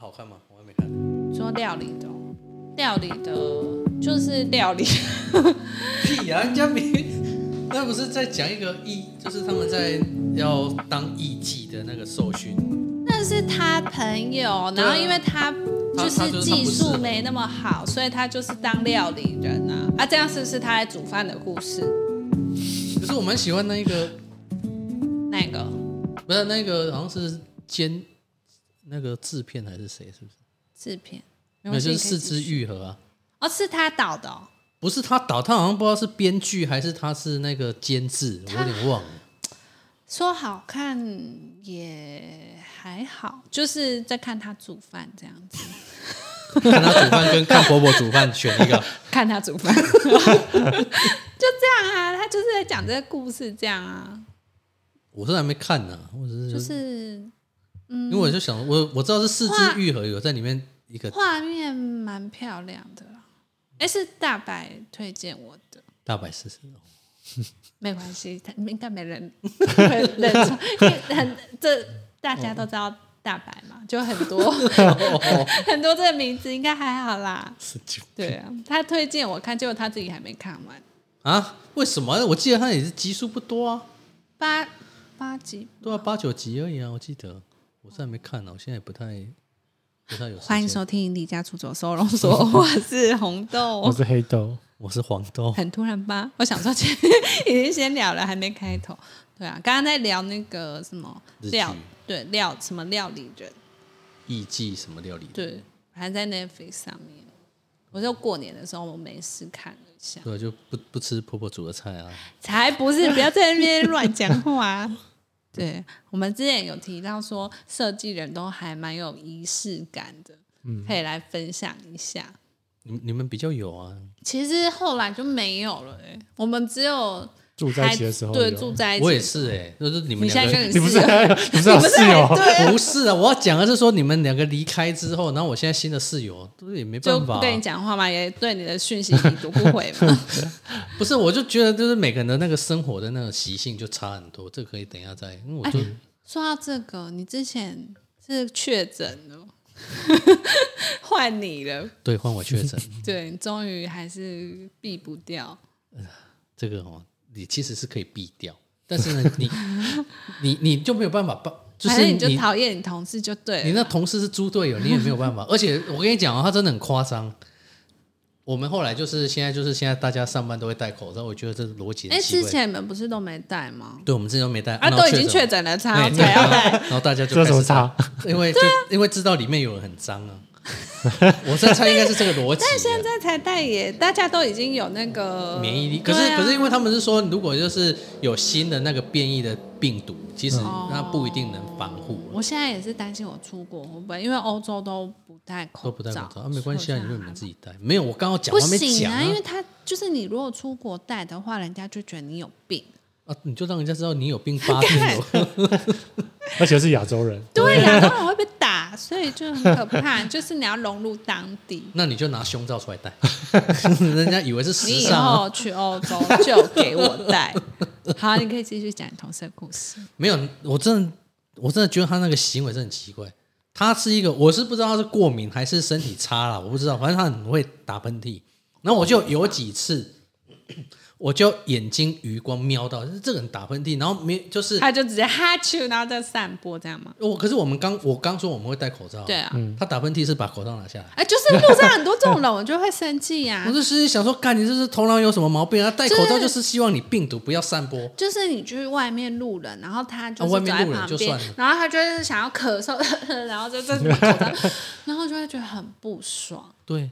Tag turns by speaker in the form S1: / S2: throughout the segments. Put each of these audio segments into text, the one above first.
S1: 好看吗？我还没看。
S2: 说料理的哦，料理的，就是料理。
S1: 屁啊，人家没，那不是在讲一个艺，就是他们在要当艺妓的那个受训。
S2: 那是他朋友，
S1: 对啊
S2: 然后因为他
S1: 他
S2: 就
S1: 他就是是
S2: 技
S1: 他不适
S2: 术
S1: 合
S2: 没那么好，所以他就是当料理人啊。啊，这样是不是他在煮饭的故事？
S1: 可是我蛮喜欢那一个，
S2: 那个
S1: 不是那个，好像是监那个制片还是谁？是不是？
S2: 制片，
S1: 那
S2: 没关系
S1: 就是
S2: 可以
S1: 四
S2: 继
S1: 肢
S2: 续
S1: 愈合啊。
S2: 哦，是他导的、哦，
S1: 不是他导，他好像不知道是编剧还是他是那个监制，我有点忘了。
S2: 说好看也还好，就是在看他煮饭这样 子，
S1: 看他煮饭跟看婆婆煮饭选一个，
S2: 看他煮 饭，就这样啊，他就是在讲这个故事这样啊，
S1: 我是还没看呢、我只是
S2: 就是嗯
S1: 因为我就想，我我知道是四肢愈合有在里面一个
S2: 画面蛮漂亮的啦。哎，是大白推荐我的，
S1: 大百 四十，
S2: 没关系，他应该没人 会认出，因为很这大家都知道大白嘛，就很多 很多这个名字应该还好啦。
S1: 十九
S2: 对啊，他推荐我看，结果他自己还没看完，
S1: 啊？为什么？我记得他也是集数不多啊，
S2: 八八集。
S1: 对啊，八九集而已啊，我记得。我是还没看啊呢、我现在也不太不太有时间。
S2: 欢迎收听《离家出走收容所》， 我是红
S3: 我
S2: 豆。
S3: 是黑豆，
S1: 我是黄豆，
S2: 很突然吧？我想说，前 已经先聊了，还没开头。对啊，刚刚在聊那个什么
S1: 日剧
S2: 料，对料什么料理人，
S1: 艺伎什么料理？
S2: 对，还在 Netflix 上面。我就过年的时候我没事看了一下，
S1: 对啊，就不不吃婆婆煮的菜啊。
S2: 才不是，不要在那边乱讲话。对我们之前有提到说，设计人都还蛮有仪式感的，
S3: 嗯
S2: 可以来分享一下。
S1: 你们你们比较有啊，
S2: 其实后来就没有了、欸，我们只有
S3: 住在一起的时候
S2: 对
S3: 有
S2: 住在一起，
S1: 我也是哎、就是你们
S2: 你现
S1: 两
S2: 在
S1: 个
S2: 跟
S3: 你不
S2: 室
S3: 是
S2: 友
S3: 你不是有室友？
S2: 对 啊
S1: 不是啊，我要讲的是说你们两个离开之后，然后我现在新的室友，都也没
S2: 就
S1: 办法、啊
S2: 不跟你讲话嘛，也对你的讯息已读不回嘛。
S1: 不是，我就觉得就是每个人的那个生活的那个习性就差很多，这个可以等一下再，因为我
S2: 哎
S1: 就、
S2: 说到这个，你之前是确诊了，换你了，
S1: 对换我确诊
S2: 对，你终于还是避不掉。
S1: 这个哦，你其实是可以避掉，但是 呢，你你你就没有办法帮，就
S2: 反
S1: 是
S2: 正
S1: 你
S2: 你就讨厌你同事就对了。
S1: 你那同事是猪队友，你也没有 办法。而且我跟你讲哦，他真的很夸张。我们后来就是现在就是现在大家上班都会戴口罩，我觉得这个逻辑
S2: 哎、
S1: 很奇
S2: 之
S1: 怪。
S2: 前你们不是都没戴吗？
S1: 对，我们之前都没戴，
S2: 啊，
S1: 然后
S2: 都已经确
S1: 诊
S2: 诊啊了，才
S1: 了，
S2: 要
S1: 对
S2: 才要戴。
S1: 然后大家就
S3: 这有
S1: 开
S3: 什么
S1: 始
S3: 差？
S1: 因为就因为知道里面有人很脏啊。 我在猜应该是这个逻辑啊。
S2: 但现在才戴也，大家都已经有那个
S1: 免疫力，可是、
S2: 对啊
S1: 可是因为他们是说，如果就是有新的那个变异的病毒，其实
S2: 哦
S1: 那不一定能防护啊、
S2: 我现在也是担心我出国会不会，因为欧洲都不戴口罩，
S1: 都不戴口罩啊，没关系啊，
S2: 所以
S1: 因为
S2: 我
S1: 你
S2: 现在
S1: 们自己戴。没有，我刚刚讲
S2: 不
S1: 还没
S2: 行
S1: 讲
S2: 啊，因为他就是你如果出国戴的话，人家就觉得你有病。
S1: 啊，你就让人家知道你有病 发病了。
S3: 而且是亚洲人，
S2: 对呀、当然会被打，所以就很可怕。就是你要融入当地，
S1: 那你就拿胸罩出来 戴，人家以为是时
S2: 你以
S1: 尚、啊。
S2: 后去欧洲就给我戴。好，你可以继续讲你同事的故事。
S1: 没有，我真的我真的觉得他那个行为真的很奇怪。他是一个，我是不知道他是过敏还是身体差啦，我不知道，反正他很会打喷嚏。然后我就有几次， 我就眼睛余光瞄到，就是这个人打喷嚏，然后没就是
S2: 他就直接哈啾，然后再散播，这样吗？
S1: 我，可是我们刚我刚说我们会戴口罩，
S2: 对，啊，
S1: 他打喷嚏是把口罩拿下来。
S2: 哎、就是路上很多这种人，我就会生气呀、
S1: 我就心里想说，干你这是头脑有什么毛病啊？戴口罩就是希望你病毒不要散播。
S2: 就是你去外面路人，然后他就是
S1: 啊外
S2: 走
S1: 面
S2: 在
S1: 路人
S2: 旁
S1: 就
S2: 边，
S1: 算了
S2: 然后他就是想要咳嗽， 然后就在那口罩，然后就会觉得很不爽。
S1: 对，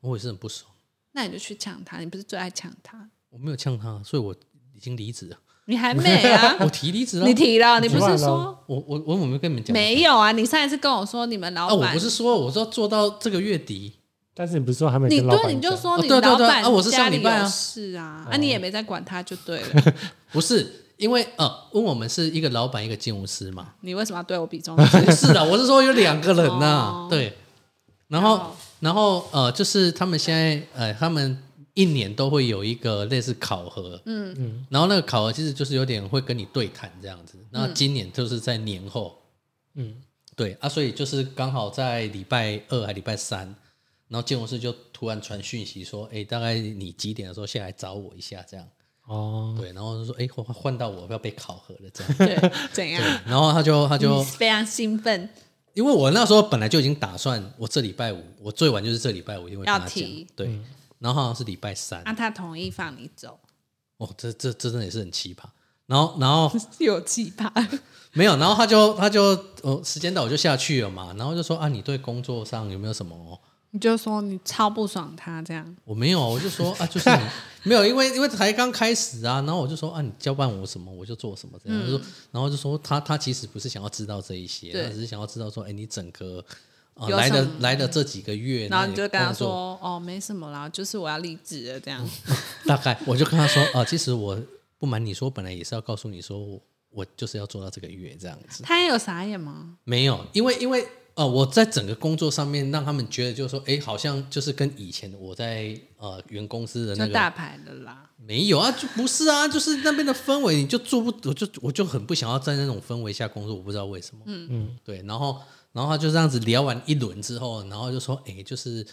S1: 我也是很不爽，
S2: 那你就去呛他，你不是最爱呛他？
S1: 我没有呛他，所以我已经离职了，
S2: 你还没啊？
S1: 我提离职了
S2: 你。提了，你不
S3: 你
S2: 是
S3: 提了
S2: 说
S1: 我我我我没有跟你们讲，
S2: 没有啊？你上一次跟我说你们老
S1: 啊，我
S2: 板，
S1: 不是说，我说做到这个月底，
S3: 但是你不是说还没
S2: 你
S3: 跟老板
S2: 对
S3: 讲
S2: 你就说
S1: 哦
S2: 你
S1: 对啊对啊
S2: 老
S1: 对啊
S2: 板
S1: 啊我是
S2: 家
S1: 上
S2: 里
S1: 礼拜啊
S2: 有事啊，啊你也没在管他就 对了。
S1: 不是因为呃，因为我们是一个老板一个建筑师嘛，
S2: 你为什么要对我比中指？
S1: 不是啊的，我是说有两个人呐、
S2: 哦
S1: 对，然
S2: 然后
S1: 后然后呃，就是他们现在呃，他们一年都会有一个类似考核，嗯嗯，然后那个考核其实就是有点会跟你对谈这样子，然后今年就是在年后，
S3: 嗯，
S1: 对啊，所以就是刚好在礼拜二还礼拜三，然后建模师就突然传讯息说，哎，大概你几点的时候下来找我一下这样。
S3: 哦，
S1: 对，然后就说，哎，换换到我要被考核了这样。
S2: 对，怎样？
S1: 然后他就他就
S2: 你非常兴奋，
S1: 因为我那时候本来就已经打算，我这礼拜五，我最晚就是这礼拜五一定会跟他
S2: 要
S1: 讲
S2: 提，
S1: 对。然后好像是礼拜三，
S2: 啊，他同意放你走，
S1: 哦，这这这真的也是很奇葩。然后然后
S2: 有奇葩，
S1: 没有，然后他就 他就呃时间到我就下去了嘛，然后就说啊，你对工作上有没有什么？
S2: 你就说你超不爽他这样，
S1: 我没有，我就说啊， 就是你没有，因为因为才刚开始啊，然后我就说啊，你交办我什么我就做什么
S2: 嗯
S1: 这样，他就说，然后就说他他其实不是想要知道这一些，
S2: 对
S1: 他只是想要知道说，哎，你整个、呃、
S2: 有
S1: 来的
S2: 什么
S1: 来的这几个月，
S2: 然后你
S1: 你
S2: 就跟他
S1: 工作
S2: 说哦，没什么啦，就是我要离职了这样，
S1: 大概我就跟他说啊、其实我不瞒你说，本来也是要告诉你说我我就是要做到这个月这样子，
S2: 他也有傻眼吗？
S1: 没有，因为因为呃，我在整个工作上面让他们觉得就是说，哎，好像就是跟以前我在呃原公司的那
S2: 就
S1: 个
S2: 大牌的啦，
S1: 没有啊，就不是啊，就是那边的氛围，你就做不，我就我就很不想要在那种氛围下工作，我不知道为什么，嗯嗯，对，然后然后他就这样子聊完一轮之后，然后就说，哎，就是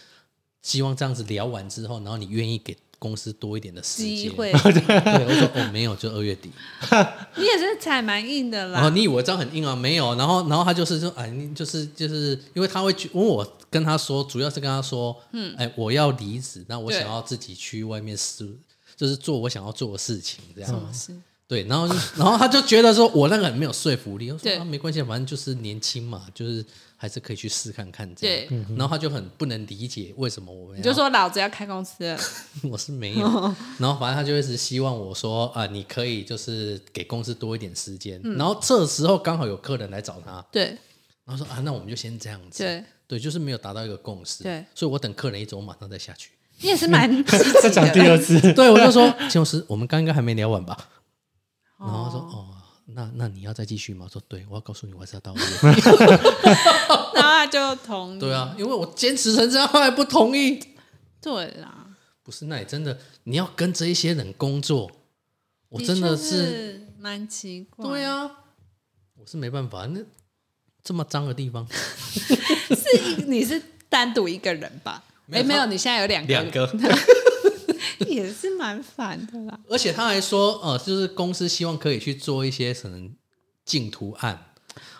S1: 希望这样子聊完之后，然后你愿意给公司多一点的时间
S2: 机 会，
S1: 对，我说哦，没有，就二月底。
S2: 你也是踩蛮硬的
S1: 然后
S2: 啦，
S1: 你以为这样很硬啊？没有。然后，然后他就是说，哎，你就是就是，因为他会觉因为我跟他说，主要是跟他说，嗯，哎，我要离职，那我
S2: 对
S1: 想要自己去外面试，就是做我想要做的事情，这样。
S2: 是
S1: 对，然后就然后他就觉得说我那个很没有说服力，我说
S2: 对
S1: 啊没关系，反正就是年轻嘛，就是还是可以去试看看这样
S2: 对。
S1: 然后他就很不能理解为什么我们
S2: 你
S1: 要
S2: 就说老子要开公司了，
S1: 我是没 有，然后反正他就一直希望我说啊、你可以就是给公司多一点时间。
S2: 嗯
S1: 然后这时候刚好有客人来找他，
S2: 对
S1: 然后说啊，那我们就先这样子。
S2: 对，
S1: 就是没有达到一个共识。
S2: 对，
S1: 所以我等客人一走，我马上再下去。
S2: 你也是蛮
S3: 再讲第二次，
S1: 对，我就说，秦老师，我们刚刚应该还没聊完吧？然后他说
S2: 哦
S1: 哦，那那你要再继续吗？我说对，我要告诉你，我还是要到位。
S2: 然后他就同意，
S1: 对啊，因为我坚持成这样，他还不同意。
S2: 对啦，
S1: 不是，那也真的，你要跟这一些人工作，我
S2: 的
S1: 真的
S2: 确
S1: 是
S2: 是蛮奇怪，
S1: 对，啊，我是没办法，那这么脏的地方，
S2: 是你是单独一个人吧？
S1: 没有
S2: 哎，
S1: 他
S2: 没有，你现在有 两个，
S1: 个，
S2: 也是蛮烦的啦。
S1: 而且他还说，呃，就是公司希望可以去做一些可能净图案，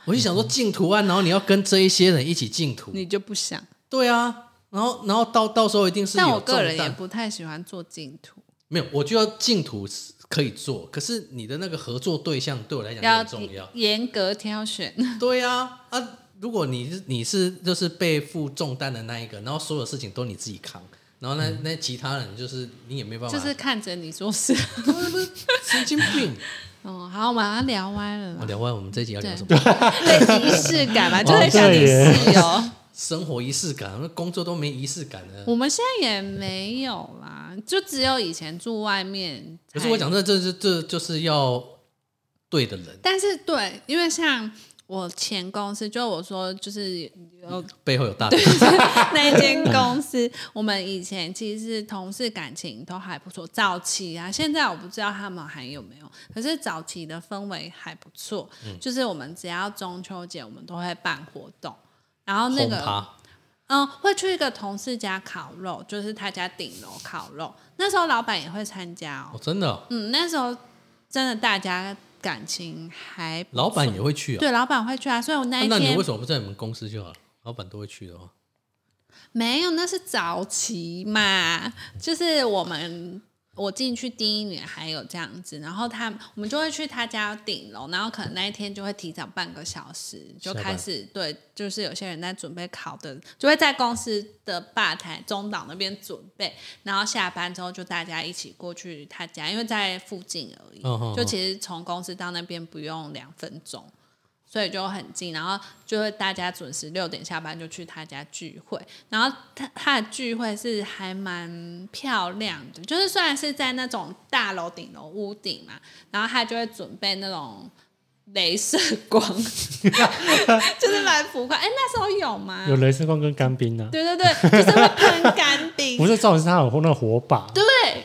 S1: 我就想说净图案，然后你要跟这一些人一起净图，
S2: 你就不想，
S1: 对啊，然后然后到到时候一定是有
S2: 但
S1: 重
S2: 我个人也
S1: 担
S2: 不太喜欢做净土，
S1: 没有，我就要净图是可以做，可是你的那个合作对象对我来讲就
S2: 要
S1: 很重要，
S2: 严格挑选。
S1: 对啊，啊，如果你是你是就是被负重担的那一个，然后所有事情都你自己扛，然后那、那其他人就是你也没办法，
S2: 嗯 就是看着你做事。
S1: 神经 病。
S2: 哦，好，我们要聊歪了
S1: 我
S2: 啦。
S1: 聊完我们这一集要聊什么？
S2: 对仪式感 嘛，就会想
S3: 对
S2: 你
S3: 耶
S2: 室友。
S1: 生活仪式感，那工作都没仪式感了。
S2: 我们现在也没有啦，就只有以前住外面。
S1: 可是我，讲这这这这就是要对的人，
S2: 但是对，因为像我前公司，就我说就是有
S1: 背后有大的。
S2: 那一间公司，我们以前其实同事感情都还不错，早期啊，现在我不知道他们还有没有，可是早期的氛围还不错，
S1: 嗯
S2: 就是我们只要中秋节，我们都会办活动，然后那
S1: 轰
S2: 个
S1: 趴，
S2: 嗯，会去一个同事家烤肉，就是他家顶楼烤肉。那时候老板也会参加哦
S1: 哦，。真的哦、
S2: 嗯，那时候真的大家感情还不
S1: 老板也会去啊。
S2: 对，老板会去啊。所以我那
S1: 啊
S2: 一
S1: 那你
S2: 天
S1: 为什么不在你们公司就好了？老板都会去的话，
S2: 没有，那是早期嘛，就是我们。我进去第一年还有这样子，然后他我们就会去他家顶楼，然后可能那一天就会提早半个小时
S1: 下
S2: 就
S1: 班
S2: 开始对，就是有些人在准备考的，就会在公司的吧台中岛那边准备，然后下班之后就大家一起过去他家，因为在附近而已，
S1: 嗯哼
S2: 就其实从公司到那边不用两分钟，所以就很近，然后就会大家准时六点下班就去他家聚会，然后他他的聚会是还蛮漂亮的，就是虽然是在那种大楼顶楼屋顶嘛，然后他就会准备那种镭射光， 就是蛮浮夸。哎、那时候有吗？
S3: 有镭射光跟干冰啊，
S2: 对对对，就是会喷干冰
S3: 不，是重点是它有那个火把，
S2: 对，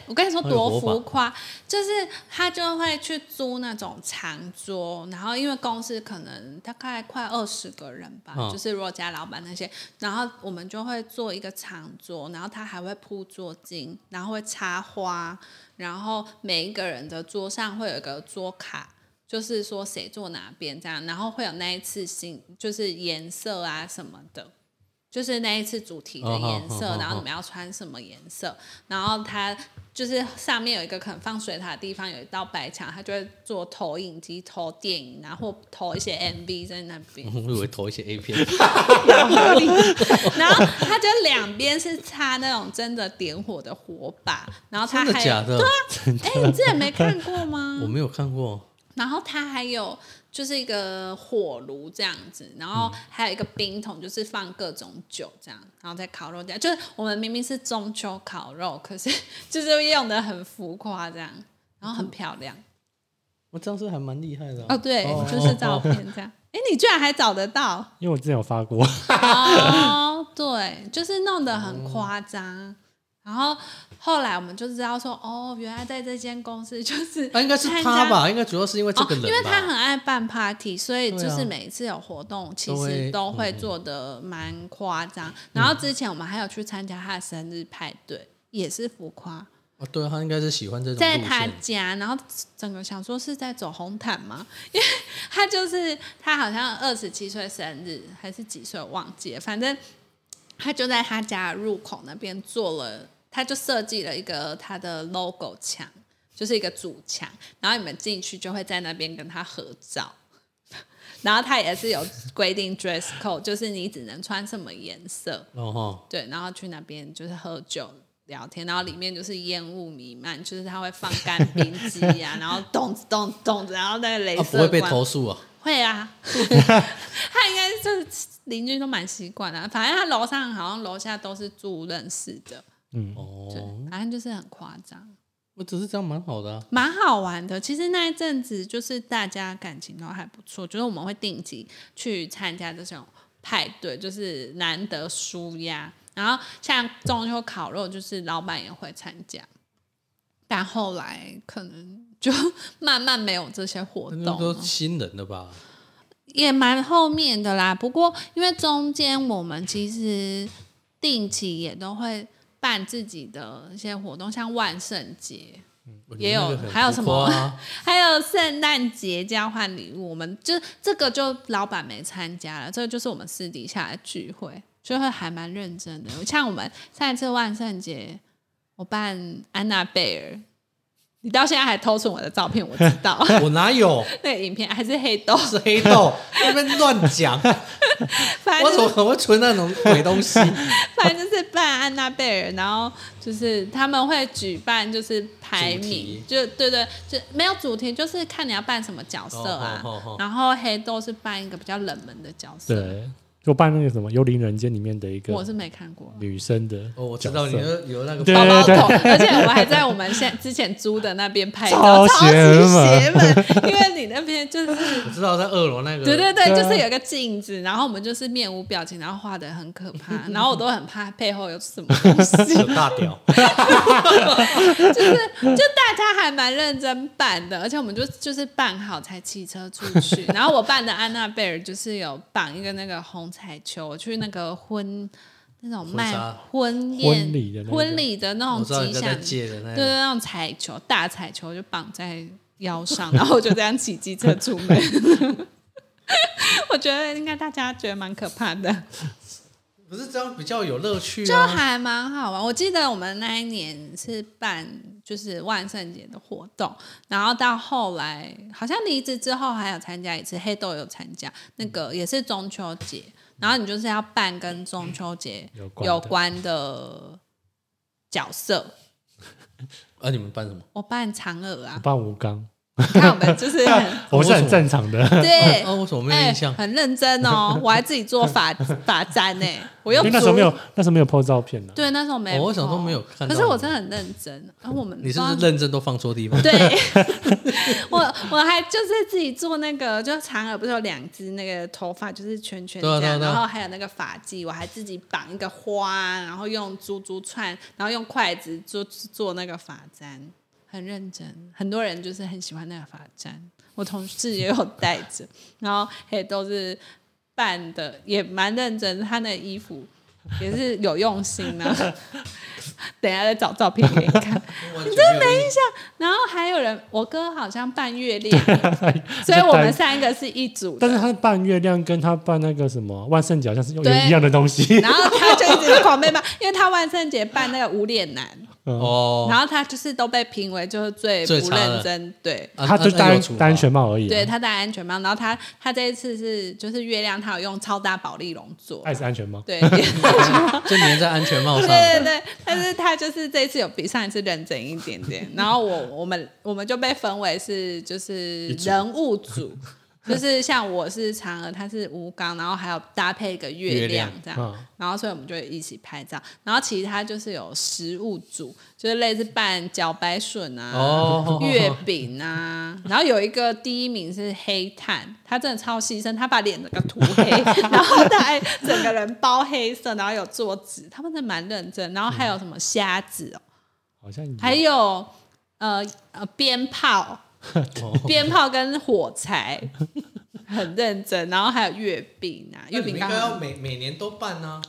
S2: 我跟你说
S1: 他有
S2: 多
S1: 活法
S2: 浮夸，就是他就会去租那种长桌，然后因为公司可能大概快二十个人吧，
S1: 嗯
S2: 就是如果加老板那些，然后我们就会做一个长桌，然后他还会铺桌巾，然后会插花，然后每一个人的桌上会有一个桌卡。就是说谁坐哪边这样，然后会有那一次新，就是颜色啊什么的，就是那一次主题的
S1: 哦好
S2: 颜色，
S1: 好好
S2: 然后
S1: 好
S2: 你们要穿什么颜色，然后它就是上面有一个可能放水塔的地方有一道白墙，它就会做投影机投电影，然后投一些 MV 在那 边，
S1: 我以为投一些 A 片，
S2: 然后它就两边是插那种真的点火的火把，然后它
S1: 真的
S2: 还有
S1: 假的？
S2: 哎、你之前没看过吗？
S1: 我没有看过，
S2: 然后它还有就是一个火炉这样子，然后还有一个冰桶，就是放各种酒这样，然后再烤肉这样。就是我们明明是中秋烤肉，可是 就是用的很浮夸这样，然后
S1: 嗯
S2: 很漂亮。
S1: 我这样是还蛮厉害的啊
S2: 哦，对，
S1: 哦
S2: 就是照片 这样。哎、你居然还找得到
S3: 因为我之前有发过，
S2: 哦？对，就是弄得很
S1: 哦
S2: 夸张。然后后来我们就知道说，哦，原来在这间公司就是
S1: 啊，应该是
S2: 参
S1: 他
S2: 加
S1: 吧？应该主要是因为这
S2: 哦
S1: 个，人吧，
S2: 因为他很爱办 party，所以就
S1: 对啊
S2: 是每一次有活动，其
S1: 都
S2: 实
S1: 会嗯
S2: 都会做的蛮夸张。然后之前我们还有去参加他的生日派对，也是浮夸，
S1: 哦对啊他应该是喜欢这种
S2: 在
S1: 路
S2: 他
S1: 线
S2: 家，然后整个想说是在走红毯吗？ 因为他就是他好像二十七岁生日还是几岁我忘记了，反正他就在他家的入口那边做了，他就设计了一个他的 logo 墙，就是一个主墙，然后你们进去就会在那边跟他合照。 然后他也是有规定 dress code，就是你只能穿什么颜色，
S1: 哦哈，
S2: 对，然后去那边就是喝酒聊天，然后里面就是烟雾弥漫，就是他会放干冰机啊，然后咚子咚子咚子，然后那个
S1: 啊
S2: 镭
S1: 不
S2: 射
S1: 会被
S2: 光、
S1: 投诉啊，
S2: 会啊，他应该就是邻居都蛮习惯的、啊反正他楼上好像楼下都是住认识的，
S3: 嗯，
S2: 对
S1: 哦，，
S2: 反正就是很夸张，
S1: 我只是这样蛮好的啊，
S2: 蛮好玩的。其实那一阵子就是大家感情都还不错，就是我们会定期去参加这种派对，就是难得舒压。然后像中秋烤肉，就是老板也会参加，但后来可能就慢慢没有这些活
S1: 那
S2: 动
S1: 都
S2: 了，
S1: 新人的吧？
S2: 也蛮后面的啦。不过因为中间我们其实定期也都会办自己的一些活动，像万圣节，也
S1: 那
S2: 有
S1: 个很
S2: 还有什么
S1: 浮夸啊
S2: 还有圣诞节交换礼物，我们就这个就老板没参加了，这个就是我们私底下的聚会，就会还蛮认真的。像我们上一次万圣节，我扮安娜贝尔，你到现在还偷存我的照片，我知 道
S1: 我哪 有？
S2: 那个影片还是黑豆，
S1: 是黑豆，那边乱 讲，
S2: 反
S1: 我
S2: 正
S1: 怎么可
S2: 就是
S1: 能会存那种鬼东西？
S2: 反正就是扮安娜贝尔，然后就是他们会举办就是排
S1: 主
S2: 名
S1: 题，
S2: 就对对，就没有主题，就是看你要扮什么角色啊。
S1: 哦哦哦哦
S2: 然后黑豆是扮一个比较冷门的角色，
S3: 对，就扮那个什么《幽灵人间》里面的一
S2: 我
S3: 个
S2: 是没看过。
S3: 女生的，
S1: 哦，我知道你有有那个
S3: 对
S2: 包包
S3: 对
S2: 头，而且我还在我们现之前租的那边拍照，
S3: 超
S2: 超级
S3: 邪门
S2: 邪门，因为你那边就是，
S1: 我知道在二楼那个，
S2: 对对对，
S3: 对啊
S2: 就是有一个镜子，然后我们就是面无表情，然后画的很可怕，然后我都很怕背后有什么东西，
S1: 有大屌，
S2: 就是就大家还蛮认真办的，而且我们就就是办好才骑车出去，然后我办的安娜贝尔就是有绑一个那个红彩球，我去那个婚。那种卖
S1: 婚纱
S2: 婚宴
S3: 婚礼的那种
S2: 婚礼的那种
S1: 我知道
S2: 吉
S1: 人家
S2: 祥
S1: 在借的那
S3: 哎
S2: 对对，
S1: 个，
S2: 那种彩球，大彩球就绑在腰上， 然后我就这样骑机车出门。 我觉得应该大家觉得蛮可怕的，
S1: 不是这样比较有乐趣
S2: 就
S1: 啊？
S2: 还蛮好玩。我记得我们那一年是办就是万圣节的活动，然后到后来好像离职之后还有参加一次，黑豆有参加，那个也是中秋节，然后你就是要办跟中秋节
S3: 有嗯关的
S2: 有关的角色，
S1: 啊，你们办什么？
S2: 我扮嫦娥啊
S3: 我，扮吴刚，
S2: 你看我们就是很
S3: 我是很正常 的。
S2: 对，
S1: 哦，我怎么没有
S2: 哎，
S1: 印象？
S2: 很认 真哦，我还自己做法法簪呢、我
S3: 因
S2: 用
S3: 为那时候
S2: 竹
S3: 没有，那时候没有 PO 照片啊呢。
S2: 对，那时候没
S1: 哦
S2: 有，
S1: 我想说没有看到
S2: 可是我真的很认真。然后我们
S1: 你是不是
S2: 不知道
S1: 认真都放错地方？
S2: 对，我我还就是自己做那个，就嫦娥不是有两只那个头发就是圈圈
S1: 对啊
S2: 这
S1: 对啊
S2: 样，
S1: 对啊
S2: 然后还有那个发髻，我还自己绑一个花，然后用珠珠串，然后用筷子做做那个发簪，很认真。很多人就是很喜欢那个发簪，我同事也有戴着，然后也都是扮的，也蛮认真。他那衣服也是有用心呢、啊 等一下再找照片 给你看。
S1: 你真没印象？
S2: 然后还有人，我哥好像办月亮，所以我们三个是一组
S3: 但是
S2: 的。
S3: 他办月亮跟他办那个什么万圣节好像是有
S2: 对
S3: 一样的东西。
S2: 然后他就一直狂被骂，因为他万圣节办那个无脸男，
S1: 哦，
S2: 然后他就是都被评为就是最
S1: 最
S2: 不
S1: 差的
S2: 认真，对。
S1: 啊
S3: 他就
S1: 那那
S3: 戴
S1: 有处罚
S3: 戴安全帽而已啊。
S2: 对，他戴安全帽，然后他他这一次是就是月亮，他有用超大宝丽龙做，
S3: 爱是安全帽。
S2: 对 对
S1: 就粘在安全帽上。
S2: 对对，但是他就是这一次有比上一次认真一点点，然后我我们我们就被分为是就是
S3: 组
S2: 人物组，就是像我是嫦娥，他是吴刚，然后还有搭配一个
S1: 月
S2: 月
S1: 亮
S2: 亮这样，
S3: 嗯
S2: 然后所以我们就会一起拍照，然后其他就是有食物组，就是类似办茭白笋啊。
S1: 哦，
S2: 月饼啊，然后有一个第一名是黑炭，他真的超牺牲，他把脸整个涂黑，然后他还整个人包黑色，然后有做纸，他们真的蛮认真。然后还有什么虾子哦，
S3: 好像有
S2: 还有呃呃鞭炮，鞭炮跟火柴，很认真。然后还有月饼啊，月饼刚好
S1: 每每年都办啊，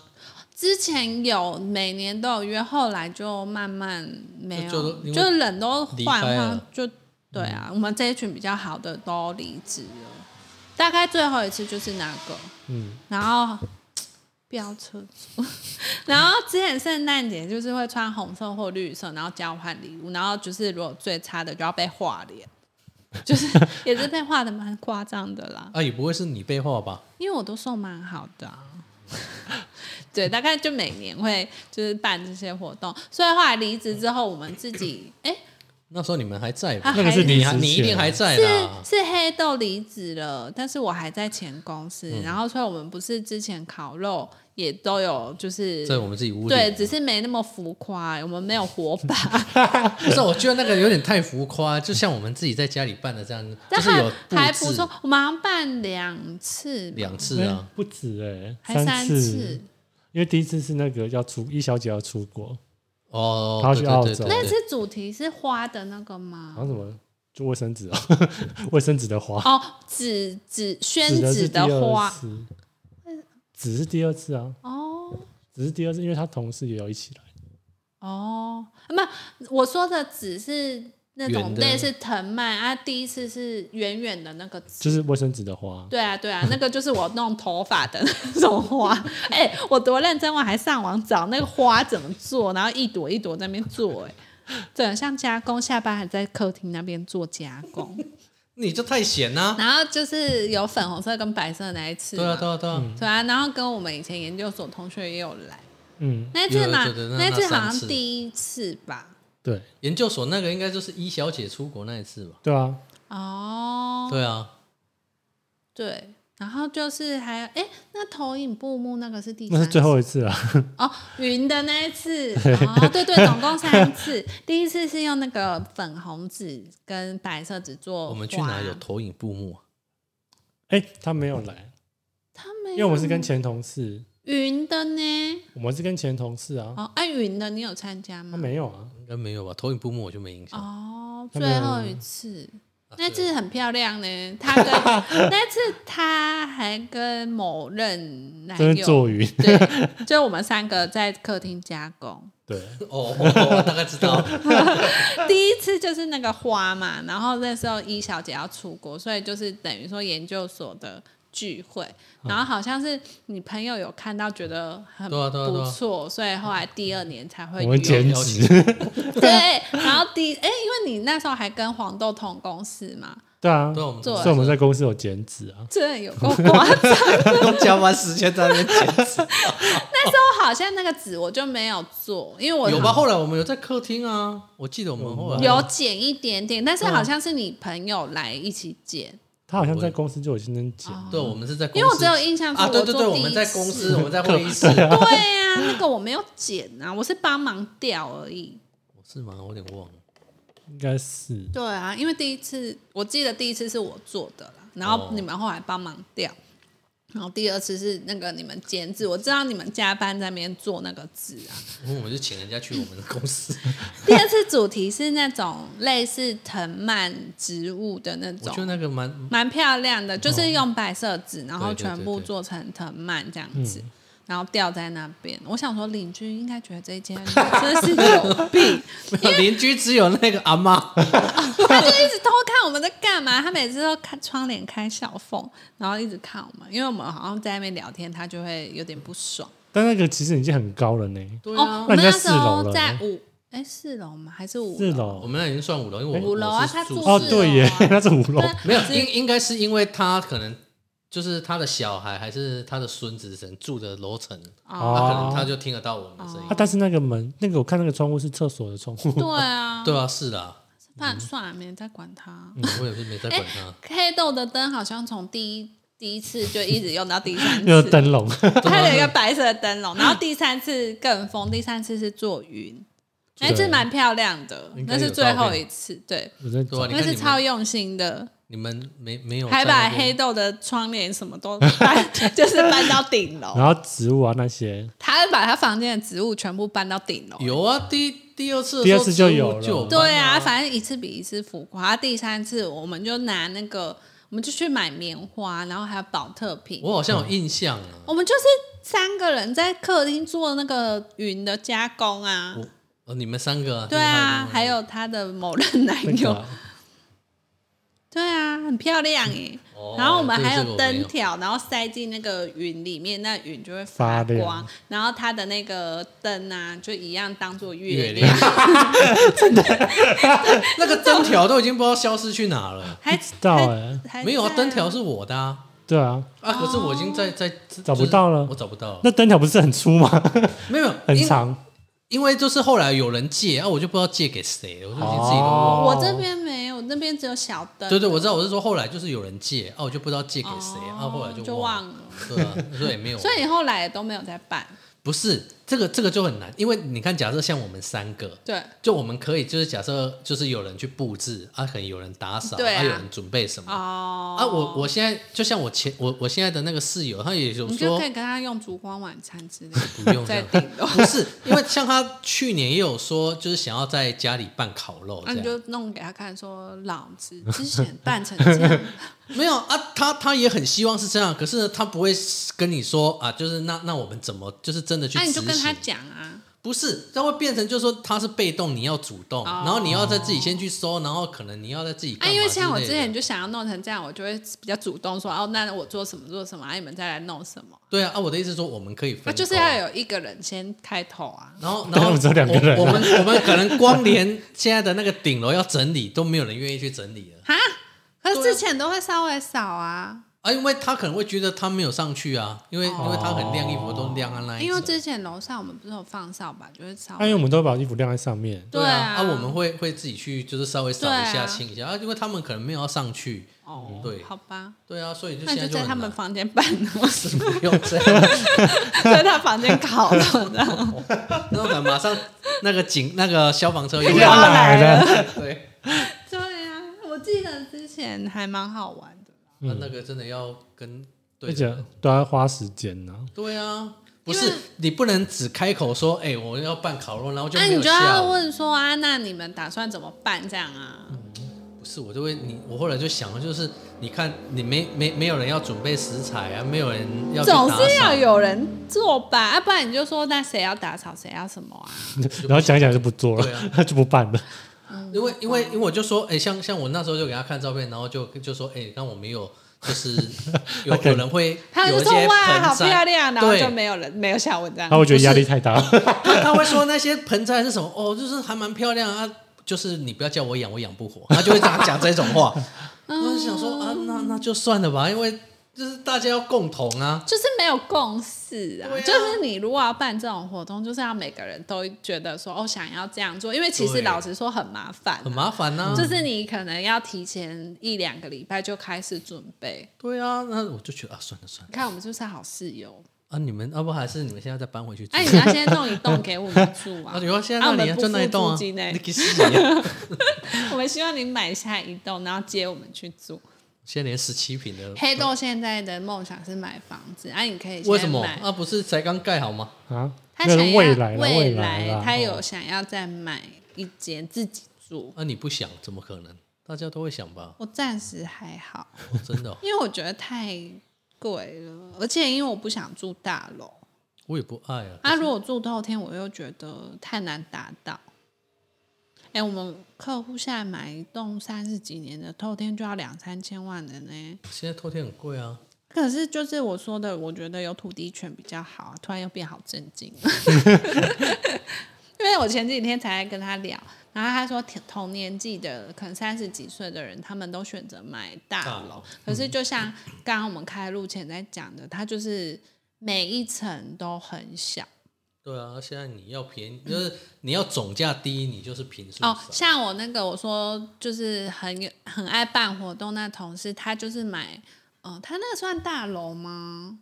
S2: 之前有每年都有约，后来就慢慢没有，
S1: 就就都因为
S2: 是人都
S1: 离
S2: 换
S1: 开了嗯
S2: 换，就对啊。我们这一群比较好的都离职了，大概最后一次就是那个，
S3: 嗯，
S2: 然后飙车族， 然后之前圣诞节就是会穿红色或绿色，然后交换礼物，然后就是如果最差的就要被画脸，就是也是被画的蛮夸张的啦。
S1: 啊，也不会是你被画吧？
S2: 因为我都送蛮好的、啊。 对，大概就每年会就是办这些活动，所以后来离职之后，我们自己哎、
S1: 那时候你们还在吧
S2: 啊？
S3: 那个是
S1: 你
S3: 离
S1: 还
S3: 职
S1: 你一定
S3: 前
S1: 还在啦。
S2: 是是黑豆离职了，但是我还在前公司，然后所以我们不是之前烤肉也都有就是
S1: 在我们自己屋里，
S2: 对，只是没那么浮夸、我们没有火把，
S1: 不是，我觉得那个有点太浮夸，就像我们自己在家里办的这样，就
S2: 但
S1: 是
S2: 还
S1: 有布
S2: 还不
S1: 置
S2: 错，我们好像办两次吧，
S1: 两次啊，
S3: 哎不止哎，
S2: 还三
S3: 次。因为第一次是那个要出一小姐要出国，
S1: 哦，
S3: 他要
S1: 对
S3: 去
S1: 对
S3: 澳
S1: 对
S3: 洲
S1: 对
S2: 那
S1: 对
S2: 次主题是花的那个吗？
S3: 好像什么就卫生纸啊， 卫生纸的花，
S2: 哦，纸纸宣
S3: 纸的
S2: 纸
S3: 是第二
S2: 花
S3: 次，纸是第二次啊，
S2: 哦
S3: 只是第二次，因为他同事也有一起来，
S2: 哦，不，我说的纸是那种
S1: 圆的
S2: 类似藤蔓啊，第一次是远远的那个纸。
S3: 就是卫生纸的花，
S2: 对啊，对啊，那 个就是我弄头发的那种花。 哎、我多认真，我还上网找那个花怎么做，然后一朵一朵在那边做、哎，对，像加工，下班还在客厅那边做加工。
S1: 你就太闲啊啦。
S2: 然后就是有粉红色跟白色那一次嘛，
S1: 对啊，对啊，对啊，
S2: 对啊，然后跟我们以前研究所同学也有来，
S3: 嗯，
S2: 那一次嘛
S1: 有有有，那
S2: 那一次好
S1: 那三
S2: 像
S1: 次
S2: 第一次吧。
S3: 对
S1: 研究所那个应该就是一小姐出国那一次吧？
S3: 对啊，
S2: 哦，
S1: 对啊，
S2: 对然后就是还有哎，诶那投影布幕那个是第
S3: 那
S2: 三
S3: 是
S2: 次
S3: 最后一次啊，
S2: 哦，云的那一 次哦，对对，总共三次。第一次是用那个粉红纸跟白色纸做，
S1: 我们去哪有？投影布幕啊？
S3: 哎，他没有来，
S2: 他们
S3: 因为我们是跟前同事，
S2: 云的呢。
S3: 我们是跟前同事啊，
S2: 哦，按云的你有参加
S3: 他
S2: 吗？
S3: 没有啊，
S2: 嗯
S1: 应该没有吧？投影布幕我就没印象。
S2: 哦，
S3: 他没
S2: 最
S3: 有
S2: 后一次。
S1: 啊
S2: 那
S1: 对
S2: 次很漂亮呢，他跟那次他还跟某任男
S3: 真是
S2: 友，
S3: 做云，
S2: 对，就我们三个在客厅加工。
S3: 对，
S1: 哦，哦我大概知道。
S2: 第一次就是那个花嘛，然后那时候一小姐要出国，所以就是等于说研究所的聚会，然后好像是你朋友有看到觉得很
S1: 嗯对啊对啊对
S2: 不
S1: 啊
S2: 错，所以后来第二年才会
S3: 我们
S2: 有
S3: 兼
S1: 有
S3: 职
S1: 有，
S2: 对，然后第哎、因为你那时候还跟黄豆同公司嘛，
S3: 对啊，
S1: 对，我们
S2: 做
S3: 所以我们在公司有减脂啊，
S2: 真 的有哦够夸张。
S1: 用加班时间在那边剪纸，
S2: 那好像那个纸我就没有做，因为我
S1: 有吧？后来我们有在客厅啊，我记得我们后来
S2: 有减一点点，但是
S1: 嗯
S2: 好像是你朋友来一起减，
S3: 他好像在公司就有先能减，
S2: 哦
S1: 对，我们是在公司
S2: 因为我只有印象是
S1: 啊，对对
S2: 做
S1: 对，我
S2: 第
S1: 们
S2: 一
S1: 在公司，我们 在会议室，
S2: 次，对啊，那个我没有减啊，我是帮忙掉而已。
S1: 是吗？我有点忘了。
S3: 应该是
S2: 对啊，因为第一次我记得第一次是我做的啦，然后
S1: 哦
S2: 你们后来帮忙掉。然后第二次是那个你们剪纸，我知道你们加班在那边做那个纸 啊。
S1: 因为我们就请人家去我们的公 司，
S2: 第二次主题是那种类似藤蔓植物的那
S1: 我
S2: 种
S1: 觉，得那个蛮
S2: 蛮漂亮的，就是用白色纸，然后
S1: 对对
S2: 全部
S1: 对对嗯
S2: 做成藤蔓这样子，然后吊在那边。我想说，邻居应该觉得这一间真是有病，
S1: 没有 邻居只有那个阿妈，
S2: 他就一直偷看我们在干嘛。他每次都看窗帘开小缝，然后一直看我们，因为我们好像在那边聊天，他就会有点不爽。
S3: 但那个其实已经很高了呢，
S1: 对
S2: 哦，
S1: 啊
S2: 我，们
S3: 那你在
S2: 那时
S3: 四楼
S2: 候
S3: 了
S2: 在五哎四楼吗？还是啊五
S3: 四
S2: 楼？
S1: 我
S3: 楼
S1: 们那已经算五楼，因为我
S2: 五楼
S1: 我
S2: 啊，
S1: 是
S2: 他
S1: 住
S2: 住
S3: 哦，
S2: 四
S3: 对
S2: 楼
S3: 耶
S2: 啊，
S3: 那是五楼，
S1: 没有
S2: 只
S1: 应应该是因为他可能就是他的小孩还是他的孙子，可能住的楼层，他
S2: 哦，
S1: 可能他就听得到我们的声音
S3: 啊，。但是那个门，那个我看那个窗户是厕所的 窗户，
S2: 对啊，
S1: 对啊，是啦，
S2: 算算了，没人再管他。
S1: 嗯我也是没在管 他。
S2: 黑豆的灯好像从第一第一次就一直用到第三
S3: 那
S2: 次
S3: 个，灯笼，
S1: 啊
S2: 它有一个白色的灯笼，然后第三次更疯，第三次是做云，那一次蛮漂亮的
S1: 应，该
S2: 那
S1: 有
S2: 是最后一次，对，
S3: 我在
S1: 对啊，
S3: 找
S1: 你看
S2: 那是
S1: 你们
S2: 超用心的，
S1: 你们没没有
S2: 还
S1: 在那
S2: 把
S1: 边
S2: 黑豆的窗帘什么都搬， 就是搬到顶楼，
S1: 嗯
S3: 然后植物啊那些，
S2: 他把他房间的植物全部搬到顶楼。
S1: 有啊，第第二次的
S3: 第二
S1: 时候
S3: 次就
S1: 植物
S3: 有了
S1: 就有
S2: 对
S1: 搬
S2: 啊，反正一次比一次浮夸。第三次我们就拿那个，我们就去买棉花，然后还有保特瓶。
S1: 我好像有印象啊，
S2: 我们就是三个人在客厅做那个云的加工啊，
S1: 我哦你们三个啊
S2: 对啊，还
S1: 有
S2: 有他的某任 男
S3: 那
S2: 友，
S3: 个
S2: 对啊，很漂亮哎、
S1: 哦
S2: 然后我们
S1: 这个
S2: 还有
S1: 我没有
S2: 灯条，然后塞进那个云里面，那云就会
S3: 发亮
S2: 光。然后它的那个灯啊，就一样当做
S1: 月
S2: 月
S1: 亮， 真的，那个灯条都已经不知道消失去哪 了。
S2: 还
S3: 知道哎，
S2: 还
S1: 没有啊，
S2: 在
S1: 灯条是我的啊，
S3: 对啊，
S1: 啊，可是我已经在在
S3: 找不到了
S1: 我找不到了，
S3: 那灯条不是很粗吗？
S1: 没有没有
S3: 很
S1: 因
S3: 长，
S1: 因为就是后来有人借啊，我就不知道借给谁了，我就已经自己都
S3: 哦
S1: 忘了。
S2: 我这边没有，那边只有小灯。
S1: 对对，我知道，我是说后来就是有人借啊，我就不知道借给谁
S2: 哦
S1: 啊，后来
S2: 就
S1: 忘
S2: 忘
S1: 了。
S2: 了。
S1: 对啊，所以没有。
S2: 所以你后来也都没有在办，
S1: 不是这个这个就很难，因为你看，假设像我们三个，
S2: 对
S1: 就我们可以就是假设就是有人去布置啊，可能有人打扫，
S2: 对啊
S1: 有人准备什么
S2: 哦
S1: 啊。我我现在就像我前我我现在的那个室友，他也有
S2: 你就
S1: 说
S2: 可以跟他用烛光晚餐之 类的，
S1: 不用这
S2: 在
S1: 样，
S2: 顶 楼，
S1: 不是因为像他去年也有说，就是想要在家里办烤肉
S2: 那
S1: 这
S2: 啊你
S1: 样，
S2: 就弄给他看，说老子之前扮成这 样，
S1: 没有啊，他他也很希望是这样，可是呢，他不会跟你说啊，就是那那我们怎么就是真的去
S2: 那你就
S1: 执
S2: 跟他
S1: 行？
S2: 讲啊，
S1: 不是，他会变成就是说他是被动，你要主动，然后你要再自己先去搜，然后可能你要再自己干
S2: 啊，
S1: 嘛
S2: 哦因为像我
S1: 之
S2: 之
S1: 类的
S2: 前就想要弄成这样，我就会比较主动说，哦，那我做什么做什么，啊，你们再来弄什么，
S1: 对啊啊，我的意思是说我们可以分啊
S2: 那
S1: 工，
S2: 啊就是要有一个人先开头啊，
S1: 然 后，然
S3: 但
S1: 后
S3: 我们只有两个人啊
S1: 我我们我们可能光连现在的那个顶楼要整理都没有人愿意去整理了
S2: 哈，可是
S1: 对啊
S2: 之前都会稍微少啊，
S1: 啊，因为他可能会觉得他没有上去啊，因为因为他很晾衣服都晾在那一
S2: 哦
S1: 哎
S2: 因为
S1: 层
S2: 之前楼上我们不是有放扫把，就会稍
S3: 啊
S2: 微
S3: 因为我们都会把衣服晾在上面，
S1: 对
S2: 啊，
S1: 啊，我们会会自己去就是稍微扫
S2: 对
S1: 一
S2: 啊
S1: 下清一下啊，因为他们可能没有要上去，
S2: 哦，
S1: 对
S2: 好吧，
S1: 对啊，所以就
S2: 那
S1: 现
S2: 你就
S1: 在
S2: 在他
S1: 很
S2: 们
S1: 难。
S2: 房间办啊，
S1: 是不用 这样，
S2: 在他房间烤了的，
S1: 那我们马上那个警那个消防车又
S2: 又
S1: 来了，
S3: 来了，
S1: 啊对，
S2: 对啊，我记得之前还蛮好玩的。
S1: 那那个真的要跟对
S3: 而
S1: 的
S3: 且都要啊花时间呢。
S1: 对啊，不
S2: 因
S1: 是
S2: 为
S1: 你不能只开口说，哎、我要办烤肉，然后就没
S2: 那、啊哎你
S1: 有
S2: 就
S1: 下
S2: 要
S1: 午。
S2: 问说啊，那你们打算怎么办这样啊？
S1: 不是，我就会你，我后来就想了，就是你看，你没没没有人要准备食材啊，没有人要去
S2: 总
S1: 打
S2: 是要
S1: 扫，
S2: 有人做吧，啊，不然你就说那谁要打扫，谁要什么啊？
S3: 然后讲一讲就不做
S1: 对啊
S3: 了， 他就不办了。
S2: 嗯
S1: 因为因为因为我就说，哎、像像我那时候就给他看照片，然后就就说，哎、你看我没有 就是有有人会
S2: 他们
S1: 有
S2: 就
S1: 一
S2: 说
S1: 些
S2: 哇，好
S1: 盆
S2: 漂
S1: 栽，
S2: 亮，啊然后
S1: 对
S2: 就没有人没有下文这样
S3: 那。我觉得
S1: 不
S3: 压力
S1: 是
S3: 太大。
S1: 他他会说那些盆栽是什么？哦，就是还蛮漂亮啊，就是你不要叫我养，我养不活。他就会这样讲这种 话。我就想说啊，那那就算了吧，因为就是大家要共同啊。
S2: 就是没有共识啊，
S1: 对啊
S2: 就是你如果要办这种活动，就是要每个人都觉得说哦想要这样做，因为其实
S1: 对
S2: 老实说很麻烦啊、
S1: 很麻烦呐、
S2: 就是你可能要提前一两个礼拜就开始准备。
S1: 对啊，那我就觉得啊，算了算了
S2: 你看我们就是好室友，
S1: 啊，你们要、不还是你们现在再搬回去住？
S2: 哎、你要先弄一栋给我们住啊
S1: 啊，！有啊，现在那
S2: 啊我们
S1: 里啊
S2: 不
S1: 就那一
S2: 付
S1: 栋啊，
S2: 租金欸
S1: 你给死啊！
S2: 我们希望你买下一栋，然后接我们去住。
S1: 现在连十七平的，
S2: 黑豆现在的梦想是买房子，啊，你可以先
S1: 为什么？
S2: 买
S1: 啊，不是才刚盖好吗？
S3: 啊，
S2: 他
S3: 那
S2: 想
S3: 是
S2: 要
S3: 未来啦，
S2: 未
S3: 来
S2: 来
S3: 啦，
S2: 他有
S3: 哦
S2: 想要再买一间自己住。
S1: 啊，你不想怎么可能？大家都会想吧？
S2: 我暂时还好，
S1: 哦真的哦、
S2: 因为我觉得太贵了，而且因为我不想住大楼。
S1: 我也不爱啊。
S2: 啊，如果住透天，我又觉得太难达到。哎、我们客户现在买一栋三十几年的透天就要两三千万的呢。
S1: 现在偷天很贵啊，
S2: 可是就是我说的，我觉得有土地权比较好啊。突然又变好震惊， 因为我前几天才跟他聊，然后他说同同年纪的，可能三十几岁的人，他们都选择买大
S1: 大
S2: 楼
S1: 楼。嗯
S2: 可是就像刚刚我们开录前在讲的，它就是每一层都很小。
S1: 对啊。现在你要便宜，就是你要总价低，你就是平数少
S2: 哦，像我那个我说就是很有很爱办活动那同事，他就是买，嗯、他那个算大楼吗？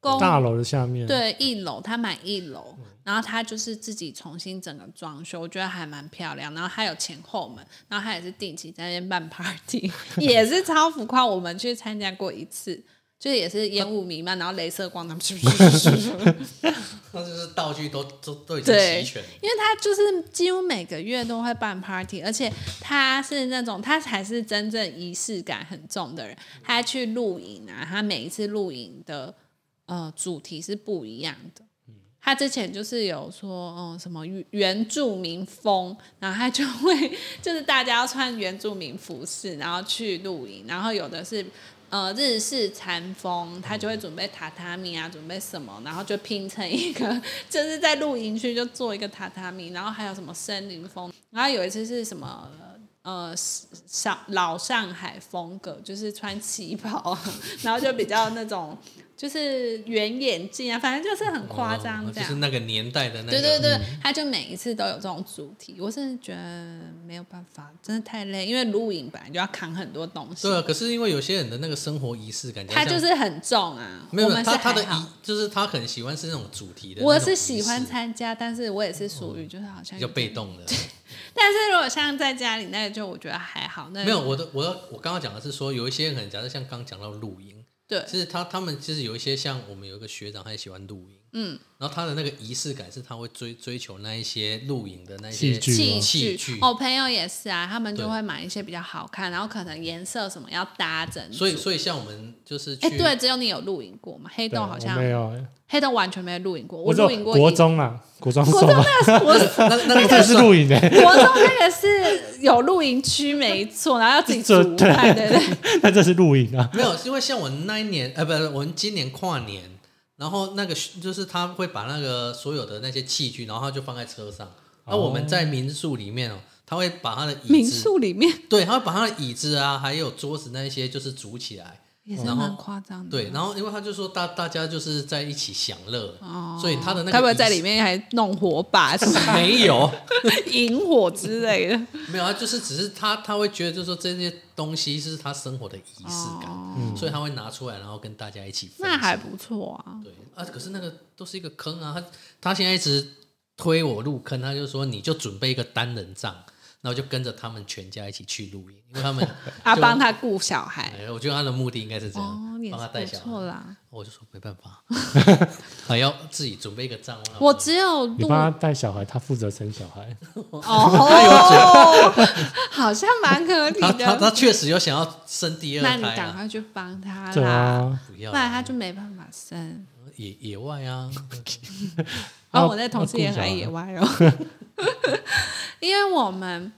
S2: 公
S3: 大楼的下面，
S2: 对一楼，他买一楼，然后他就是自己重新整个装修，我觉得还蛮漂亮。然后他有前后门，然后他也是定期在那边办 party，也是超浮夸。我们去参加过一次，就是也是烟雾弥漫，然后镭射光，他们
S1: 那就是道具都都都已经
S2: 对
S1: 齐全了。
S2: 因为他就是几乎每个月都会办 party，而且他是那种他才是真正仪式感很重的人。他去露营啊，他每一次露营的呃主题是不一样的。他之前就是有说，嗯，什么原原住民风，然后他就会就是大家要穿原住民服饰，然后去露营，然后有的是呃日式禅风，他就会准备榻榻米啊，准备什么，然后就拼成一个，就是在露营区就做一个榻榻米，然后还有什么森林风，然后有一次是什么。呃，上老上海风格就是穿旗袍啊，然后就比较那种就是圆眼镜啊，反正就是很夸张
S1: 哦就
S2: 这样。
S1: 是那个年代的那
S2: 对
S1: 个。嗯
S2: 对对，他就每一次都有这种主题，我真的觉得没有办法，真的太累，因为录影本来就要扛很多东西，
S1: 对啊，可是因为有些人的那个生活仪式感，
S2: 他
S1: 像
S2: 就是很重啊。
S1: 没有
S2: 我
S1: 没
S2: 们
S1: 有
S2: 是
S1: 他他的
S2: 还好
S1: 仪，就是他可能喜欢是那种主题的那种仪
S2: 我
S1: 式。
S2: 是喜欢参加，但是我也是属于就是好像
S1: 比较被。动的。
S2: 但是如果像在家里那个，就我觉得还好，那个
S1: 没有，我的我要我刚刚讲的是说，有一些人可能假设像刚讲到露营，
S2: 对
S1: 其实他他们其实有一些像我们有一个学长，他也喜欢露营，嗯，然后他的那个仪式感是他会追追求那一些露营的那一些
S3: 器具
S2: 器
S3: 吗
S1: 器
S2: 具
S1: 具。
S2: 我哦朋友也是啊，他们就
S1: 对
S2: 会买一些比较好看，然后可能颜色什么要搭整组。
S1: 所以所以像我们就是去
S2: 哎，对，只有你有录影过嘛？黑
S3: 对
S2: 豆好像
S3: 我没有欸，
S2: 黑豆完全没录影过，
S3: 我只
S2: 录影
S3: 有
S2: 过
S3: 国
S2: 一
S3: 中 啦，国中
S2: 国
S3: 送
S2: 中
S3: 嘛，
S2: 那个我是
S1: 那那
S3: 那
S1: 个
S3: 才是露营诶，
S2: 国中那个是有露营区没错，然后要自己煮饭，对对对，
S3: 那这是露 营啊，
S1: 没有，因为像我那一年，呃，不是，我们今年跨年，然后那个就是他会把那个所有的那些器具，然后他就放在车上。那、
S3: 哦
S1: 我们在民宿里面哦，他会把他的椅子，
S2: 民宿里面
S1: 对，他会把他的椅子啊，还有桌子那一些就是组起来。
S2: 也是
S1: 然后
S2: 蛮夸张的。
S1: 对，然后因为他就说大大家就是在一起享乐，
S2: 哦
S1: 所以他的那个
S2: 该不会在
S1: 仪式
S2: 里面还弄火把、什么
S1: 没 有
S2: 引火之类的？
S1: 没有，他就是只是他他会觉得就是说这些东西是他生活的仪式感，所以他会拿出来，然后跟大家一起分
S2: 哦那
S1: 享
S2: 还不错啊。
S1: 对啊，可是那个都是一个坑啊。他他现在一直推我入坑，他就说你就准备一个单人帐，然后就跟着他们全家一起去露营，因为他 们
S2: 啊，
S1: 就
S2: 帮他顾小孩
S1: 哎，我觉得他的目的应该是这
S2: 哦
S1: 样，，
S2: 也
S1: 帮他
S2: 是
S1: 带
S2: 不
S1: 小
S2: 错
S1: 孩。
S2: 啦。
S1: 我就说没办法， 还要自己准备一个帐篷。
S2: 我只有
S3: 你
S2: 录
S3: 帮他带小孩，他负责生小孩，
S2: 哦，好像蛮合理
S1: 他他他
S2: 的。
S1: 确实有想要生第
S2: 那
S1: 二
S2: 你
S1: 胎
S2: 赶
S1: 啊，
S2: 快去帮他
S3: 对
S2: 啦，
S3: 啊，
S1: 不
S2: 不
S1: 要
S2: 然
S1: 啊
S2: 他就没办法生。
S1: 野野外 啊，哦
S2: 然后
S3: 要
S2: 我那同事也
S3: 要顾小
S2: 很
S3: 孩
S2: 野外哦， 因为我们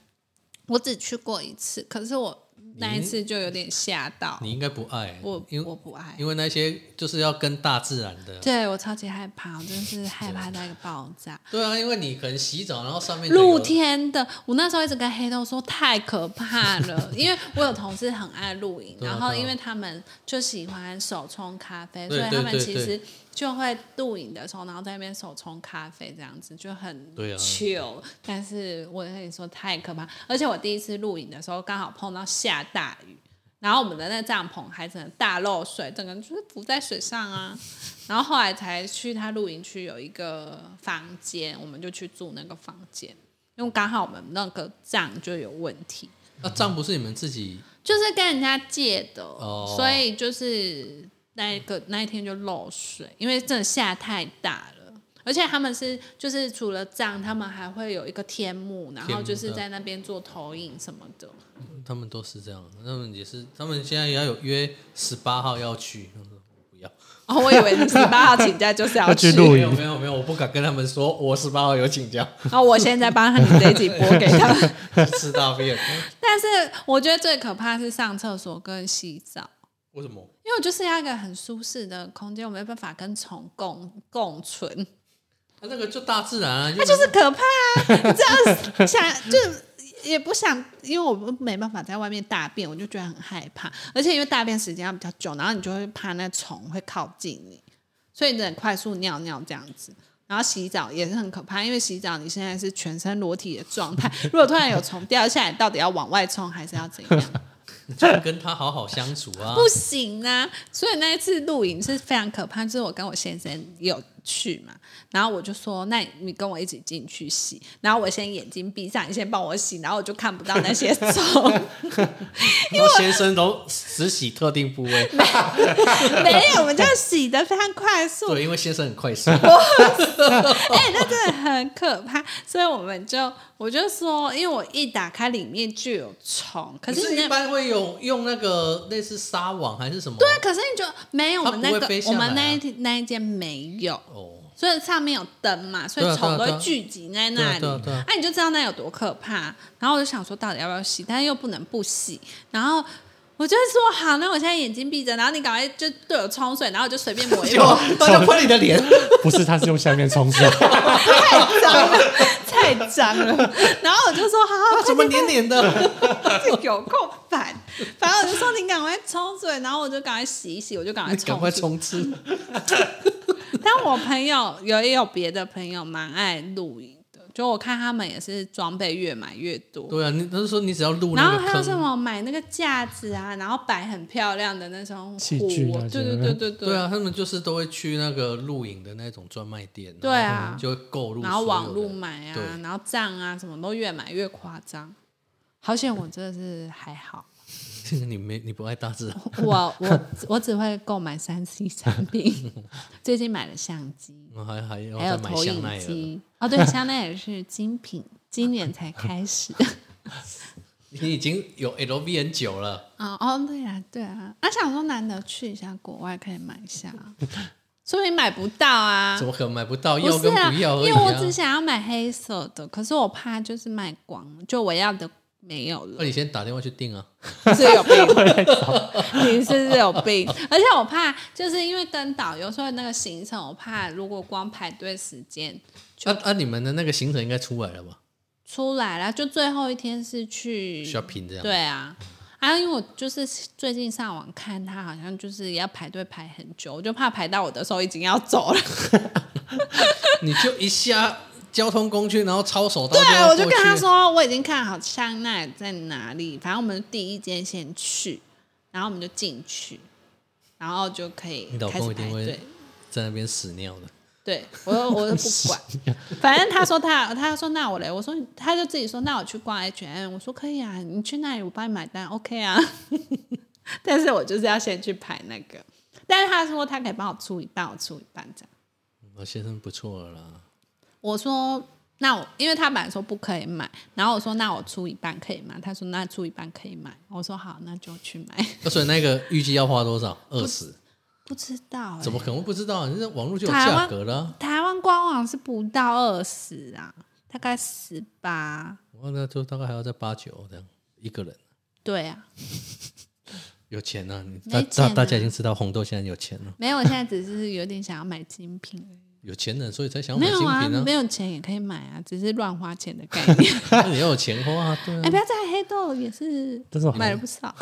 S2: 我只去过一次，可是我那一次就有点吓到
S1: 你应该不爱
S2: 我
S1: 因，为
S2: 我不爱。
S1: 因为那些就是要跟大自然的。
S2: 对我超级害怕，我真是害怕到一个爆炸。
S1: 对啊，因为你可能洗澡，然后上面就有
S2: 露天的，我那时候一直跟黑豆说太可怕了， 因为我有同事很爱露营，
S1: 对啊
S2: 然后
S1: 对啊
S2: 因为他们就喜欢手冲咖啡，所
S1: 对
S2: 以他们
S1: 对对
S2: 其
S1: 对
S2: 实就会露营的时候，然后在那边手冲咖啡这样子就很
S1: 对啊
S2: chill。但是我跟你说太可怕，而且我第一次露营的时候刚好碰到下大雨。然后我们的那帐篷还整个大漏水，整个人就是浮在水上啊。然后后来才去他露营区有一个房间，我们就去住那个房间，因为刚好我们那个帐就有问题，
S1: 那帐不是你们自己
S2: 就是跟人家借的，
S1: 哦
S2: 所以就是那一个那一天就漏水，因为真的下太大了。而且他们是就是除了帐，他们还会有一个天幕，然后就是
S1: 天幕
S2: 在那边做投影什么的。
S1: 他们都是这样，他们也是，他们现在也要有约十八号要去，他们说我不要，
S2: 哦，我以为你十八号请假就是要
S3: 要去露
S1: 没
S3: 营
S1: 有没有没有，我不敢跟他们说我十八号有请假
S2: 然后哦我现在帮他们这一集播给他们。
S1: 吃大便，
S2: 但是我觉得最可怕是上厕所跟洗澡，
S1: 为什么？
S2: 因为我就是要一个很舒适的空间，我没办法跟虫共共存，
S1: 那、那个就大自然啊，就
S2: 它就是可怕啊！这样想就是也不想，因为我没办法在外面大便，我就觉得很害怕，而且因为大便时间要比较久，然后你就会怕那虫会靠近你，所以你只能快速尿尿这样子。然后洗澡也是很可怕，因为洗澡你现在是全身裸体的状态，如果突然有虫掉下来，到底要往外冲还是要怎样？
S1: 就跟他好好相处啊，
S2: 不行啊！所以那一次露营是非常可怕，就是我跟我先生也有去嘛，然后我就说，那你跟我一起进去洗，然后我先眼睛闭上，你先帮我洗，然后我就看不到那些虫，
S1: 然后先生都只洗特定部位，
S2: 没有，我们就洗的非常快速，
S1: 对，因为先生很快 速，
S2: 哎、那真的很可怕，所以我们就我就说，因为我一打开里面就有虫，可
S1: 是
S2: 是那
S1: 一般会有用那个类似纱网还是什么，
S2: 对，可是你就没有我
S1: 它
S2: 们
S1: 不
S2: 那
S1: 会
S2: 个
S1: 飞下
S2: 我们
S1: 来啊
S2: 那一天那一间没有。
S1: 哦，
S2: 所以上面有灯嘛，所
S1: 对啊
S2: 以虫
S1: 对
S2: 都
S1: 啊对
S2: 会
S1: 啊
S2: 聚集在那里。
S1: 对啊对啊对啊
S2: 啊你就知道那有多可怕。然后我就想说，到底要不要洗？但是又不能不洗。然后我就说，好，那我现在眼睛闭着，然后你赶快就对我冲水，然后我就随便 抹一
S1: 就
S2: 抹，
S1: 他就喷你的脸，
S3: 不是，他是用下面冲水，
S2: 太脏了，太脏了。然后我就说，好 好，
S1: 怎么啊黏黏 的？
S2: 快点有空烦。反正我就说你赶快冲水，然后我就赶快洗一洗，我就赶快啊冲 水，
S1: 赶快冲刺，
S2: 但我朋友有也有别的朋友蛮爱露营的，就我看他们也是装备越买越多。
S1: 对啊，你他就说你只要录
S2: 然
S1: 那
S2: 后
S1: 个
S2: 还有什
S1: 坑，
S2: 么买那个架子啊，然后摆很漂亮的那种
S3: 器具啊
S2: 壶对
S3: 这
S2: 对
S3: 样
S2: 对对对
S1: 对啊，他们就是都会去那个录影的那种专卖店，
S2: 对啊
S1: 然后就会购入，
S2: 然后网路，买
S1: 对
S2: 啊，然后账啊，什么都越买越夸张。 好险，我真的是还 好，
S1: 你没你不爱大自然，
S2: 我我我只会购买三 C 产品，最近买了相机，
S1: 然后哦还还要
S2: 还有
S1: 再买
S2: 投
S1: 香
S2: 影
S1: 奈儿，
S2: 机。哦，对，香奈儿是精品，今年才开始。
S1: 你已经有 LV 很久了，
S2: 啊、 哦，对啊，对啊，啊，想说难得去一下国外，可以买一下 啊，说明买不到啊
S1: 怎。么可能买不到？
S2: 不
S1: 哦要
S2: 是
S1: 跟
S2: 啊，
S1: 不要而已
S2: 因为我
S1: 啊
S2: 只。想要买黑色的，可是我怕就是卖光了，就我要的没有了
S1: 那，你先打电话去订啊，
S2: 是有病，你是不是有病？而且我怕就是因为跟导游说那个行程，我怕如果光排队时间
S1: 啊啊！你们的那个行程应该出来了吧
S2: 出来了，就最后一天是去
S1: ？shopping 这样，
S2: 对啊，啊，因为我就是最近上网看，他好像就是要排队排很久，我就怕排到我的时候已经要走了。
S1: 你就一下交通工具，然后抄手刀
S2: 对啊，
S1: 要
S2: 我
S1: 过去。
S2: 就跟他说我已经看好香奈儿在哪里，反正我们第一间先去，然后我们就进去，然后就可以
S1: 你老
S2: 开始
S1: 公一
S2: 排
S1: 定会
S2: 队。
S1: 在那边屎尿的。
S2: 对我 又我又不管，反正他说他他说那我嘞，我说他就自己说那我去逛 H M，我说可以啊，你去那里我帮你买单，OK 啊。 但是我就是要先去排那个，但是他说他可以帮我出一半，我出一半这样。
S1: 我哦先生不错了啦，
S2: 我说那我因为他本来说不可以买，然后我说那我出一半可以吗？他说那出一半可以买，我说好，那就去买。
S1: 那所以那个预计要花多少？二十？
S2: 不哎知道、欸，
S1: 怎么可能会不知道？人家网络就有
S2: 台
S1: 价
S2: 湾
S1: 格了啊。
S2: 台湾官网是不到二十啊，大概十八。
S1: 哦我那就大概还要再八九这样一个人。
S2: 对啊，
S1: 有钱啊！你
S2: 没
S1: 大大
S2: 钱啊
S1: 大家已经知道红豆现在有钱了，
S2: 没有，我现在只是有点想要买精品而已。
S1: 有钱人所以才想要买
S2: 没
S1: 精
S2: 有啊，
S1: 品
S2: 没
S1: 啊。
S2: 有钱也可以买啊，只是乱花钱的概念。
S1: 那你要有钱花啊，对
S2: 哎、
S1: 啊。
S2: 不要再黑豆也是
S3: 但是我
S2: 买了 不少，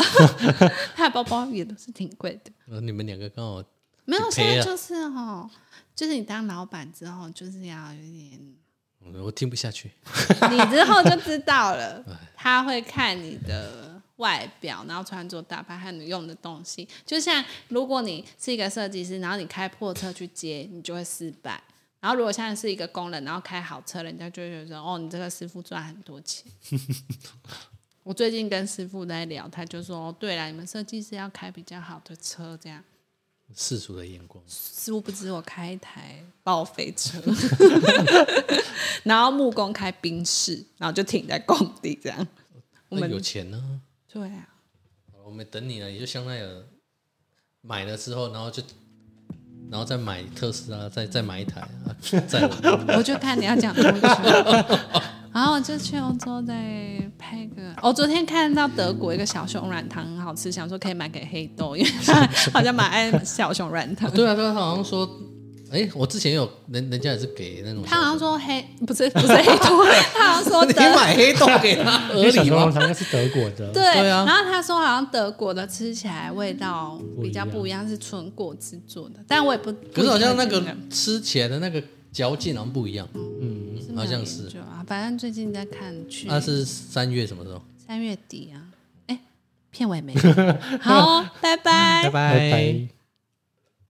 S2: 他的包包也都是挺贵的。
S1: 呃你们两个刚好
S2: 没有，
S1: 去
S2: 现
S1: 赔啊
S2: 在就是哦，就是你当老板之后，就是要有点，
S1: 我听不下去。
S2: 你之后就知 道了，他会看你的外表，然后穿着打扮和你用的东西。就像如果你是一个设计师，然后你开破车去接，你就会失败。然后，如果现在是一个工人，然后开好车，人家就会觉得说哦，你这个师傅赚很多钱。 我最近跟师傅在聊，他就说，哦，对了，你们设计师要开比较好的车，这样。
S1: 世俗的眼光，
S2: 殊不知我开一台报废车， 然后木工开宾士，然后就停在工地这样。我
S1: 哎那有
S2: 们
S1: 钱呢、
S2: 对啊，
S1: 好我们等你了，你就香奈儿买了之后，然后就然后再买特斯拉，再再买一台啊，再。
S2: 我就看你要讲多久。然后我就去欧洲再拍个，我、昨天看到德国一个小熊软糖很好吃，想说可以买给黑豆，因为他好像蛮爱小熊软糖
S1: 对啊，对啊，他好像说，哎、我之前有人人家也是给那种小，
S2: 他好像说黑不是不是黑豆，他好像说
S1: 你
S2: 德
S1: 买黑豆给他合
S3: 因为小
S1: 理
S3: 熊
S1: 吗
S3: 软？糖应该是德国的，
S2: 对，
S1: 对啊
S2: 然后他说好像德国的吃起来味道比较不一样，是纯果汁做的，但我也不，
S1: 可是好像
S2: 不
S1: 那
S2: 一定
S1: 个
S2: 会
S1: 吃起来的那个嚼劲好像不一样，
S3: 嗯，
S2: 这样
S1: 好像
S2: 是
S1: 是
S2: 没有研究啊，反正最近在看去
S1: 那、是三月什么时候？
S2: 三月底啊，哎，片尾没有，好哦，拜拜
S1: 拜
S3: 拜拜。